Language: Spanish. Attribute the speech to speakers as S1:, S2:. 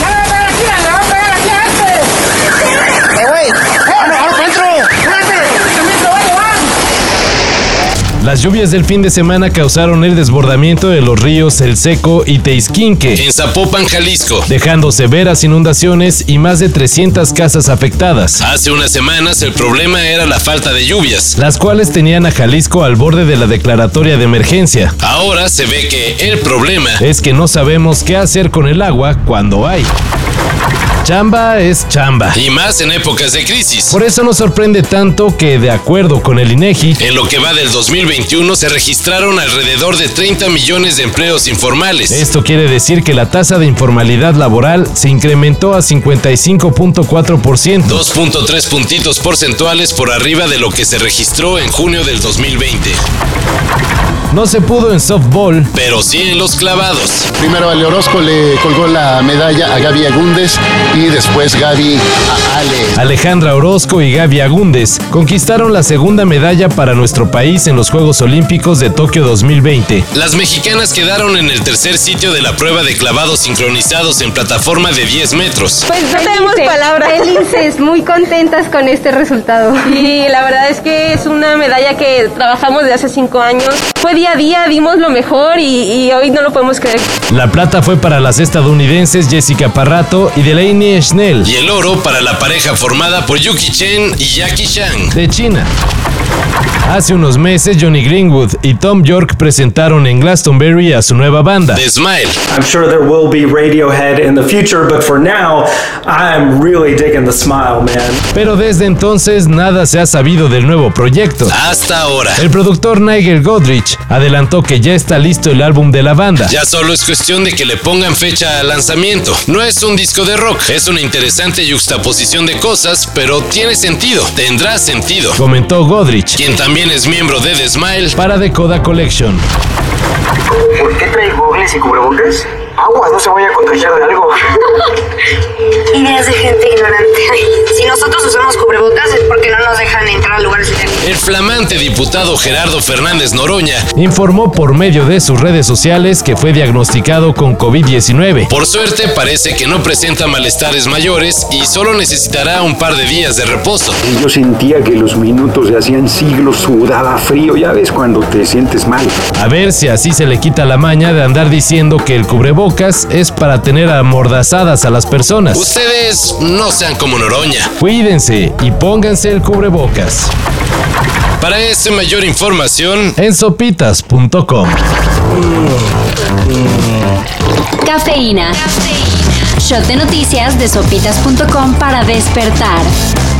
S1: ¡Ya le voy a pegar aquí, le voy a pegar aquí antes! ¡Eh, güey! ¡Eh, ahora, ahora para adentro! ¡Espérate! ¡También se va a llevar!
S2: Las lluvias del fin de semana causaron el desbordamiento de los ríos El Seco y Teisquinque,
S3: En Zapopan, Jalisco.
S2: dejando severas inundaciones y más de 300 casas afectadas,
S3: Hace unas semanas el problema era la falta de lluvias.
S2: las cuales tenían a Jalisco al borde de la declaratoria de emergencia.
S3: Ahora se ve que el problema
S2: Es que no sabemos qué hacer con el agua cuando hay. Chamba es chamba.
S3: y más en épocas de crisis.
S2: Por eso nos sorprende tanto que, de acuerdo con el INEGI,
S3: En lo que va del 2021 se registraron alrededor de 30 millones de empleos informales.
S2: Esto quiere decir que la tasa de informalidad laboral se incrementó a 55.4%.
S3: 2.3 puntitos porcentuales por arriba de lo que se registró en junio del 2020.
S2: No se pudo en softball,
S3: Pero sí en los clavados.
S4: Primero Ale Orozco le colgó la medalla a Gaby Agúndez y después Gaby a Ale.
S2: Alejandra Orozco y Gaby Agúndez conquistaron la segunda medalla para nuestro país en los Juegos Olímpicos de Tokio 2020.
S3: Las mexicanas quedaron en el tercer sitio de la prueba de clavados sincronizados en plataforma de 10 metros.
S5: Pues no tenemos palabras.
S6: Felices, muy contentas con este resultado.
S5: Y la verdad es que es una medalla que trabajamos de hace cinco años. Fue día a día, dimos lo mejor y, y hoy no lo podemos creer.
S2: La plata fue para las estadounidenses Jessica Parrato y Delaney Schnell,
S3: Y el oro para la pareja formada por Yuki Chen y Jackie Shang.
S2: de China. Hace unos meses, Johnny Greenwood y Tom York presentaron en Glastonbury a su nueva banda.
S3: de Smile.
S7: I'm sure there will be Radiohead in the future, but for now, I'm really digging the smile, man.
S2: Pero desde entonces nada se ha sabido del nuevo proyecto.
S3: Hasta ahora.
S2: El productor Nigel Godrich adelantó que ya está listo el álbum de la banda.
S3: Ya solo es cuestión de que le pongan fecha al lanzamiento. No es un disco de rock, es una interesante yuxtaposición de cosas, pero tiene sentido, tendrá sentido.
S2: Comentó Godrich
S3: Quien también es miembro de The Smile,
S2: para The Coda Collection.
S8: ¿Por qué trae gogles y cubrebocas? Aguas, no se vaya a contagiar de algo.
S6: Ideas de gente ignorante. Si nosotros usamos cubrebocas es porque no nos dejan entrar a lugares ilegales.
S3: el flamante diputado Gerardo Fernández Noroña,
S2: Informó por medio de sus redes sociales que fue diagnosticado con COVID-19.
S3: por suerte parece que no presenta malestares mayores y solo necesitará un par de días de reposo.
S8: Yo sentía que los minutos se hacían siglos, sudaba frío, ya ves cuando te sientes mal.
S2: A ver si así se le quita la maña de andar diciendo que el cubrebocas es para tener amordazadas a las personas.
S3: Ustedes no sean como Noroña.
S2: Cuídense y pónganse el cubrebocas
S3: Para esa mayor información,
S2: en sopitas.com.
S9: Cafeína. Shot de noticias de sopitas.com para despertar.